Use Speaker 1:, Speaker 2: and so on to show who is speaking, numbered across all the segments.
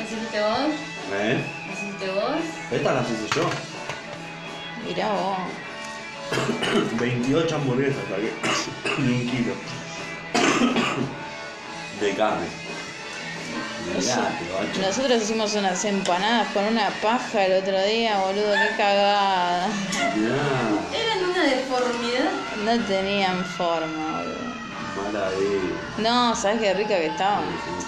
Speaker 1: Hiciste vos,
Speaker 2: ¿Eh?
Speaker 1: hiciste vos.
Speaker 2: Esta las hice yo.
Speaker 3: Mirá vos.
Speaker 2: 28 hamburguesas saqué. Y un kilo. De carne. Mirá, te guacho.
Speaker 3: Nosotros hicimos unas empanadas con una paja el otro día, boludo, qué cagada.
Speaker 2: Mirá.
Speaker 1: Eran una deformidad.
Speaker 3: No tenían forma, boludo.
Speaker 2: Maravilla.
Speaker 3: No, ¿sabes qué rica que estaban?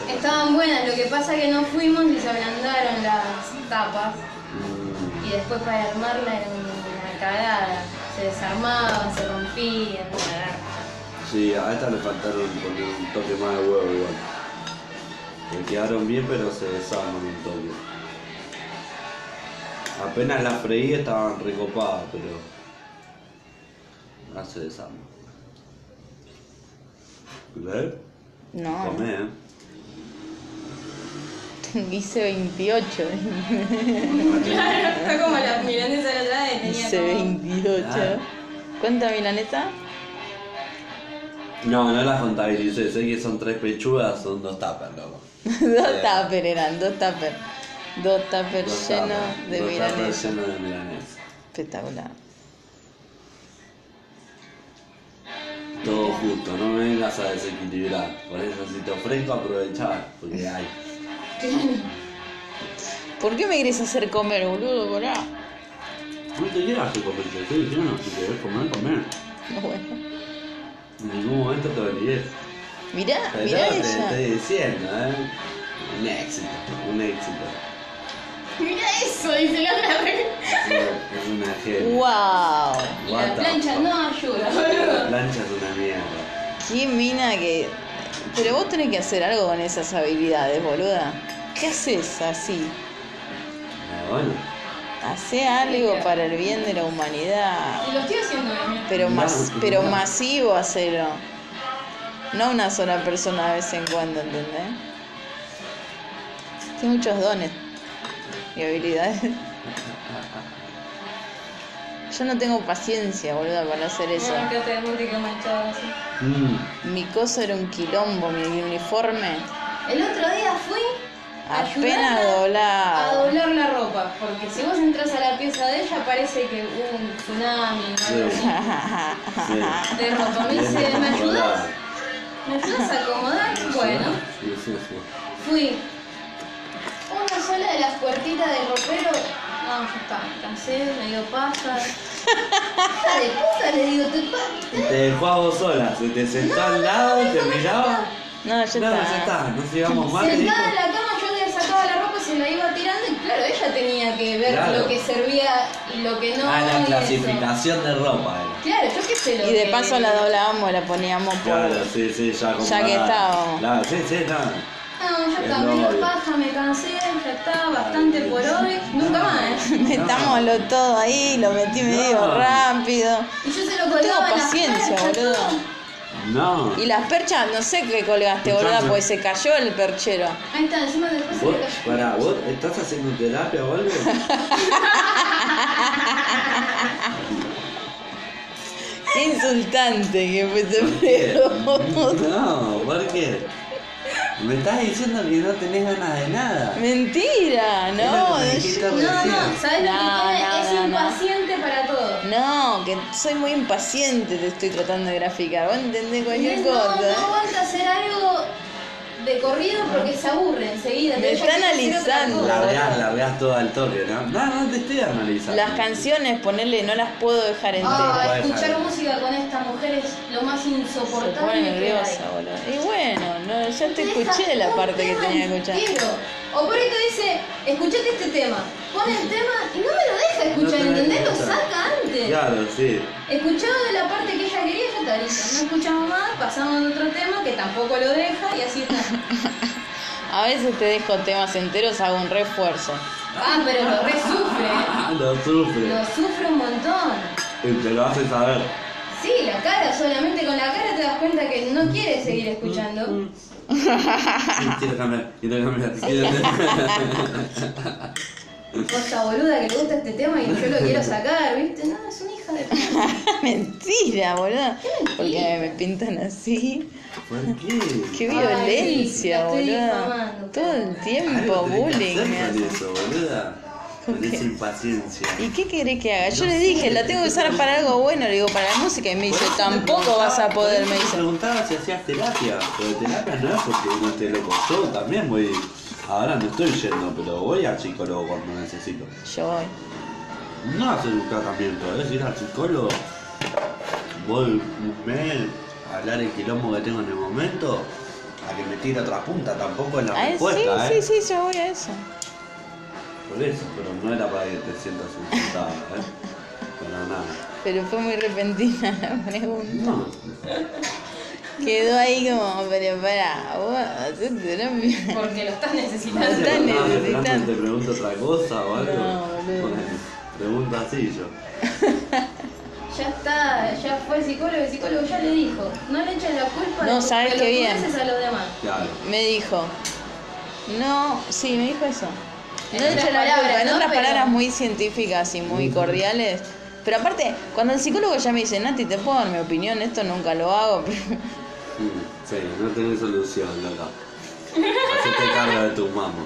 Speaker 1: Estaban buenas, lo que pasa que no fuimos y se ablandaron las tapas.
Speaker 2: Mm,
Speaker 1: Y después para armarla era una cagada. Se desarmaban, se rompían, una garcha.
Speaker 2: Sí, a esta le faltaron poner un toque más de huevo igual. Que quedaron bien pero se desarman un toque. Apenas las freí estaban recopadas, pero. Ah, se desarman. ¿Ves?
Speaker 3: No,
Speaker 2: Comé, eh.
Speaker 3: hice 28.
Speaker 1: Claro, está como las milanesas la otra vez. Tenía
Speaker 3: hice
Speaker 1: como-
Speaker 3: 28.
Speaker 2: Ah. Eh.
Speaker 3: ¿Cuánta milanesa?
Speaker 2: No, no las contabilicé, sé que son tres pechugas, son dos tapas, loco.
Speaker 3: dos tupper eran, dos tupper. Dos tupper
Speaker 2: Dos
Speaker 3: llenos
Speaker 2: tapas,
Speaker 3: de
Speaker 2: dos tapas
Speaker 3: milanesa.
Speaker 2: llenas de milanesa.
Speaker 3: Espectacular.
Speaker 2: Todo justo, no me vengas a desequilibrar. Por eso si te ofrezco aprovechar, porque hay.
Speaker 3: ¿Por qué me querés hacer comer, boludo? Pará.
Speaker 2: No te quieras que comer, te estoy diciendo, si querés comer, comer.
Speaker 3: Bueno.
Speaker 2: En ningún momento te olvidé.
Speaker 3: Mirá,
Speaker 2: Pero
Speaker 3: mirá
Speaker 2: te estoy
Speaker 3: ella.
Speaker 2: diciendo, eh. Un éxito, un éxito.
Speaker 1: Mira eso, dice la otra vez.
Speaker 2: Es una- es una genia.
Speaker 3: ¡Wow!
Speaker 1: Y
Speaker 2: What
Speaker 1: La
Speaker 2: the
Speaker 1: plancha
Speaker 2: fuck.
Speaker 1: no ayuda,
Speaker 2: La
Speaker 1: boludo.
Speaker 2: plancha es una mierda.
Speaker 3: ¡Qué mina que. Pero vos tenés que hacer algo con esas habilidades, boluda. ¿Qué haces así?
Speaker 2: Pero bueno,
Speaker 3: Hacé algo para el bien de la humanidad.
Speaker 1: Y lo estoy haciendo, ¿no?
Speaker 3: Pero, mas,
Speaker 2: Claro,
Speaker 3: pero
Speaker 2: claro.
Speaker 3: masivo hacerlo. No una sola persona de vez en cuando, ¿entendés? Tiene muchos dones y habilidades. Yo no tengo paciencia, boludo, para hacer eso.
Speaker 1: No, que te guste que manchado así.
Speaker 2: Mm,
Speaker 3: Mi cosa era un quilombo, mi uniforme.
Speaker 1: El otro día fui a
Speaker 3: Apenas
Speaker 1: ayudarla
Speaker 3: doblado.
Speaker 2: Ah.
Speaker 1: a doblar la ropa, porque si vos entras a la pieza de ella parece que hubo un tsunami o algo
Speaker 2: Sí. sí.
Speaker 1: así de ropa. Me dice,
Speaker 2: Bien
Speaker 1: ¿me ayudas?
Speaker 2: acomodado.
Speaker 1: ¿Me ayudas a acomodar?
Speaker 2: ¿Me
Speaker 1: Bueno,
Speaker 2: ayudás? Sí, sí, sí.
Speaker 1: fui. Una sola de las puertitas del ropero. No, ya está, me cansé, me dio paja. Hija de puta, le digo, te pa-
Speaker 2: Y Te dejó a vos sola, se te sentó al lado, te miraba.
Speaker 3: No, yo
Speaker 2: No, ya
Speaker 3: estaba.
Speaker 2: está, no sigamos más. te dijo.
Speaker 1: Sentada en la cama yo le sacaba la ropa, se la iba tirando y claro, ella tenía que ver
Speaker 2: Claro.
Speaker 1: lo que servía y lo que no.
Speaker 2: Ah,
Speaker 1: y
Speaker 2: la
Speaker 1: eso.
Speaker 2: clasificación de ropa era.
Speaker 1: Claro, yo qué sé lo
Speaker 3: Y de
Speaker 1: que-
Speaker 3: paso la doblábamos, la poníamos por.
Speaker 2: Claro, sí, sí, ya como.
Speaker 3: Ya que estábamos.
Speaker 2: Claro, sí, sí, nada.
Speaker 1: No, Ah, ya
Speaker 2: Es
Speaker 1: está, me dio
Speaker 2: novio.
Speaker 1: paja, me cansé, ya está, bastante por hoy, nunca más. ¿eh?
Speaker 3: Metámoslo todo ahí, lo metí medio
Speaker 2: No.
Speaker 3: rápido.
Speaker 1: Y yo se lo
Speaker 3: No tengo
Speaker 1: colgaba en las
Speaker 3: paciencia,
Speaker 1: perchas,
Speaker 3: boludo.
Speaker 1: todo.
Speaker 2: No.
Speaker 3: Y las perchas, no sé qué colgaste, boluda,
Speaker 2: Entonces-
Speaker 3: porque se cayó el perchero.
Speaker 1: Ahí está, encima después se
Speaker 2: ¿Vos,
Speaker 1: le cayó.
Speaker 2: pará, ¿vos estás haciendo terapia o algo?
Speaker 3: Qué insultante que fue ese
Speaker 2: ¿Por qué?
Speaker 3: pedo.
Speaker 2: No, ¿por qué? Me estás diciendo que no tenés ganas de nada.
Speaker 3: Mentira,
Speaker 2: Era lo
Speaker 3: no.
Speaker 2: que
Speaker 3: yo-
Speaker 2: dijiste pues.
Speaker 1: No,
Speaker 2: recién.
Speaker 1: no, ¿sabes lo que
Speaker 3: No,
Speaker 1: tiene?
Speaker 3: no,
Speaker 1: es
Speaker 3: no, no.
Speaker 1: impaciente para todo.
Speaker 3: No, que soy muy impaciente, te estoy tratando de graficar. Vos entendés cualquier
Speaker 1: no,
Speaker 3: cosa.
Speaker 1: no aguanta hacer algo de corrido porque se aburre enseguida.
Speaker 3: Me
Speaker 1: Ella
Speaker 3: está
Speaker 1: quiere hacer otra
Speaker 3: analizando.
Speaker 1: cosa.
Speaker 2: Largás, largás todo al toque, ¿no? No, no te estoy analizando.
Speaker 3: Las canciones, ponerle, no las puedo dejar enteras.
Speaker 1: Ah,
Speaker 2: puede
Speaker 1: escuchar
Speaker 2: saber.
Speaker 1: música con esta mujer es lo más
Speaker 3: Se
Speaker 1: insoportable.
Speaker 3: pone
Speaker 1: que hay.
Speaker 3: nerviosa, boludo. Y bueno, no, ya te
Speaker 1: Deja
Speaker 3: escuché la
Speaker 1: un
Speaker 3: parte que
Speaker 1: tema
Speaker 3: tenía que escuchar.
Speaker 1: entero. O por ahí te dice, escuchate este tema. Pone el tema y no me lo deja
Speaker 2: No te
Speaker 1: escuchar,
Speaker 2: la
Speaker 1: ¿entendés? Lo
Speaker 2: escucha.
Speaker 1: saca antes.
Speaker 2: Claro, sí.
Speaker 1: Escuchaba de la parte que ella quería, ya está listo. No escuchamos más, pasamos a otro tema que tampoco lo deja y así está.
Speaker 3: A veces te dejo temas enteros, hago un refuerzo.
Speaker 1: Ah, pero lo resufre. ¿eh?
Speaker 2: Ah, lo sufre.
Speaker 1: Lo sufre un montón.
Speaker 2: Y te lo hace saber.
Speaker 1: Sí, la cara, solamente con la cara te das cuenta que no quiere seguir escuchando.
Speaker 2: Quiero cambiar, quiero cambiar, quiero cambiar.
Speaker 1: Cosa boluda que le gusta este tema y yo lo quiero sacar, ¿viste? No, es una hija de de pinta.
Speaker 3: Mentira, boluda. Porque me pintan así.
Speaker 2: ¿Por qué?
Speaker 3: Qué
Speaker 1: Ay,
Speaker 3: violencia,
Speaker 1: la estoy
Speaker 3: boluda.
Speaker 1: difamando,
Speaker 3: Todo el tiempo
Speaker 2: Algo tenés que
Speaker 3: bullying.
Speaker 2: hacer
Speaker 3: me
Speaker 2: con
Speaker 3: hacen.
Speaker 2: eso, boluda. Con
Speaker 3: qué?
Speaker 2: esa impaciencia.
Speaker 3: ¿Y qué querés que haga? Yo
Speaker 2: No
Speaker 3: le
Speaker 2: sé,
Speaker 3: dije, la tengo que usar para algo bueno, le digo, para la música. Y me dice, tampoco vas a poder, me
Speaker 2: Me
Speaker 3: dice.
Speaker 2: preguntaba si hacías terapia, pero terapia no es porque uno esté loco. Yo también voy, ahora no estoy yendo, pero voy al psicólogo cuando necesito.
Speaker 3: Yo voy.
Speaker 2: No hacer un tratamiento, es ir al psicólogo, voy un mes a hablar el quilombo que tengo en el momento, a que me tire otra punta, tampoco es la
Speaker 3: Ah,
Speaker 2: respuesta,
Speaker 3: sí,
Speaker 2: ¿eh?
Speaker 3: sí, sí, yo voy a eso.
Speaker 2: Por eso, pero no era para que te sientas insultada, ¿eh? Para nada.
Speaker 3: Pero fue muy repentina la pregunta.
Speaker 2: No,
Speaker 3: Quedó ahí como, pero pará, vos hacés terapia.
Speaker 1: Porque lo estás
Speaker 2: No,
Speaker 1: necesitando.
Speaker 3: Están
Speaker 2: no, no,
Speaker 3: necesitando.
Speaker 2: Te pregunto otra cosa o algo.
Speaker 3: No, boludo.
Speaker 2: Bueno, Pregunta así yo.
Speaker 1: Ya está, ya fue el psicólogo, el psicólogo ya le dijo. No le echen la culpa
Speaker 3: No,
Speaker 1: de tus
Speaker 3: ¿sabes qué bien?
Speaker 1: pelotudeces a los demás.
Speaker 2: Claro.
Speaker 3: Me dijo, no, sí, me dijo eso. No
Speaker 1: En
Speaker 3: le
Speaker 1: otras
Speaker 3: echo la culpa,
Speaker 1: palabras,
Speaker 3: en
Speaker 1: ¿no?
Speaker 3: otras
Speaker 1: Pero-
Speaker 3: palabras muy científicas y muy cordiales. Pero aparte, cuando el psicólogo ya me dice, Nati, te puedo dar mi opinión, esto nunca lo hago.
Speaker 2: Mm, Sí, no tenés solución, loca. Hacete cargo de tu mamá.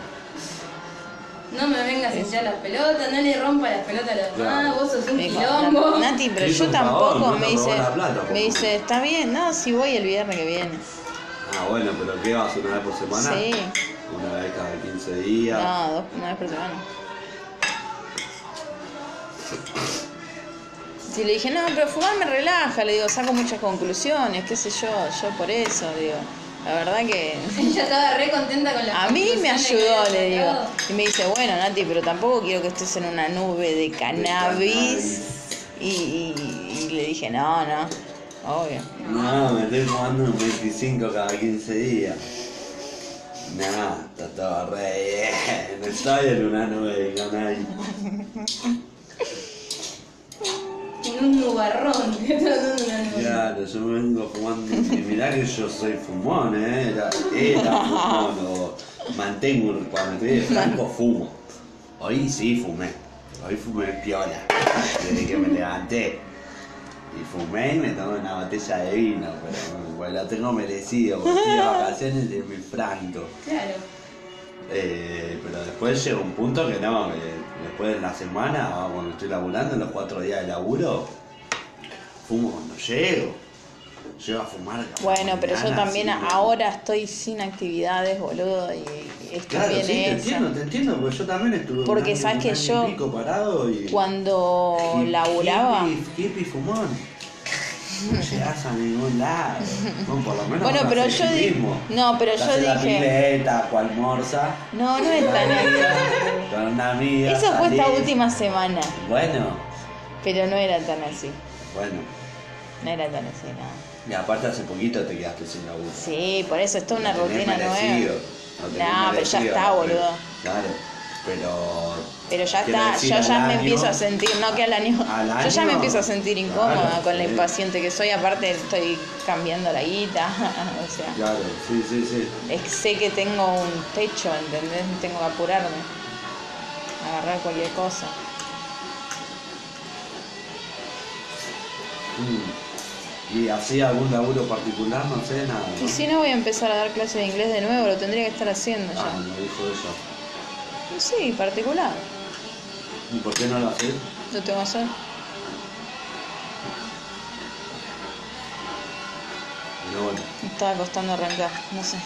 Speaker 1: No me vengas a hinchar las pelotas, no le rompa las pelotas a los demás,
Speaker 2: Claro.
Speaker 1: vos sos un
Speaker 3: Me dijo,
Speaker 1: quilombo.
Speaker 3: Nati, pero
Speaker 2: Sí,
Speaker 3: yo
Speaker 2: por favor,
Speaker 3: tampoco,
Speaker 2: no
Speaker 3: me
Speaker 2: te robó
Speaker 3: dice,
Speaker 2: la plata, por
Speaker 3: me dice, está bien, no, si voy el viernes que viene.
Speaker 2: Ah, bueno, pero ¿qué vas? ¿Una vez por semana?
Speaker 3: Sí,
Speaker 2: Una vez cada 15 días.
Speaker 3: no, Ah, dos, una vez por semana. Si le dije, no, pero fumar me relaja, le digo, saco muchas conclusiones, qué sé yo, yo por eso, digo, la verdad que...
Speaker 1: Ella estaba re contenta con la
Speaker 3: A mí me ayudó, le digo. Y me dice, bueno, Nati, pero tampoco quiero que estés en una nube de cannabis.
Speaker 2: cannabis.
Speaker 3: Y, y- y le dije, no, no, obvio.
Speaker 2: No, me estoy fumando un 25 cada 15 días. Nada, está todo re bien. Estoy en una nube de cannabis.
Speaker 1: En un nubarrón, que está dando una nube.
Speaker 2: Claro, yo me vengo fumando. Y mirá que yo soy fumón, ¿eh? Era, era fumón. o mantengo, un- cuando estoy de franco, fumo. Hoy sí fumé. Hoy fumé piola. Desde que me levanté. Y fumé y me tomé una botella de vino, pero bueno, la tengo merecido, porque estoy de vacaciones de mi franco.
Speaker 1: Claro.
Speaker 2: Eh, pero después llega un punto que no, que después de la semana, o cuando estoy laburando, en los cuatro días de laburo, fumo cuando llego. Llego a fumar.
Speaker 3: Bueno, pero yo
Speaker 2: mañana,
Speaker 3: también
Speaker 2: Ah, sí, no.
Speaker 3: ahora estoy sin actividades, boludo, y estoy
Speaker 2: Claro, sí,
Speaker 3: bien
Speaker 2: te
Speaker 3: esa.
Speaker 2: entiendo, te entiendo, porque yo también estuve.
Speaker 3: Porque
Speaker 2: un año-
Speaker 3: sabes
Speaker 2: un
Speaker 3: que
Speaker 2: año
Speaker 3: yo-
Speaker 2: y pico parado y.
Speaker 3: Cuando
Speaker 2: y-
Speaker 3: laburaba...
Speaker 2: Hippie, hippie fumón. No llegas a ningún lado. Bueno, por lo menos.
Speaker 3: Bueno,
Speaker 2: vas a
Speaker 3: pero
Speaker 2: hacer
Speaker 3: yo di-
Speaker 2: hipismo.
Speaker 3: no, pero
Speaker 2: Te
Speaker 3: yo
Speaker 2: haces La
Speaker 3: dije-
Speaker 2: pileta, cual morsa.
Speaker 3: No, no es tan...
Speaker 2: Con una amiga.
Speaker 3: Eso fue esta
Speaker 2: salís.
Speaker 3: última semana,
Speaker 2: Bueno,
Speaker 3: pero no era tan así.
Speaker 2: bueno.
Speaker 3: No era tan así, nada.
Speaker 2: Y aparte hace poquito te quedaste sin laburo.
Speaker 3: Sí, por eso, es toda una
Speaker 2: Lo tenés
Speaker 3: rutina nueva.
Speaker 2: merecido, lo tenés
Speaker 3: No, pero ya
Speaker 2: merecido,
Speaker 3: está,
Speaker 2: lo
Speaker 3: boludo.
Speaker 2: tenés- Claro, pero...
Speaker 3: Pero ya
Speaker 2: quiero
Speaker 3: está,
Speaker 2: decir,
Speaker 3: yo
Speaker 2: al
Speaker 3: ya me
Speaker 2: año-
Speaker 3: empiezo a sentir, no que al año,
Speaker 2: al
Speaker 3: yo ya me
Speaker 2: año,
Speaker 3: empiezo a sentir incómoda
Speaker 2: claro, eh.
Speaker 3: con la
Speaker 2: sí.
Speaker 3: impaciente que soy, aparte estoy cambiando la guita, o sea,
Speaker 2: Claro, sí, sí, sí.
Speaker 3: es- sé que tengo un techo, ¿entendés? No Tengo que apurarme, agarrar cualquier cosa.
Speaker 2: Mm. ¿Y así algún laburo particular? No sé, nada.
Speaker 3: Y si no voy a empezar a dar clases de inglés de nuevo, lo tendría que estar haciendo
Speaker 2: Ah,
Speaker 3: ya.
Speaker 2: me dijo eso.
Speaker 3: Sí, particular,
Speaker 2: ¿Y por qué no lo haces?
Speaker 3: lo tengo que hacer.
Speaker 2: Pero bueno.
Speaker 3: Me estaba costando arrancar, no sé.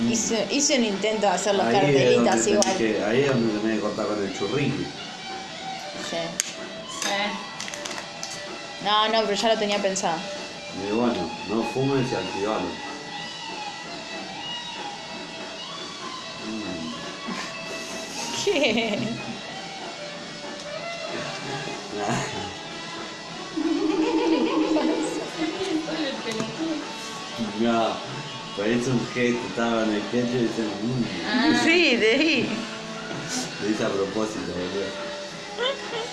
Speaker 2: Mm.
Speaker 3: Hice, hice un intento de hacer los
Speaker 2: Ahí es
Speaker 3: cartelitas
Speaker 2: donde
Speaker 3: igual.
Speaker 2: tenés que- ahí es donde tenés que cortar con el churrillo.
Speaker 3: Sí.
Speaker 1: Sí.
Speaker 3: No, no, pero ya lo tenía pensado.
Speaker 2: Y bueno, no fumes y activalo. Mm.
Speaker 3: ¿Qué?
Speaker 1: Solo el pelotudo.
Speaker 2: No, parece un gesto, estaba en el gesto y dice, mmm,
Speaker 1: Ah,
Speaker 3: Sí, te di.
Speaker 2: lo hice a propósito, boludo.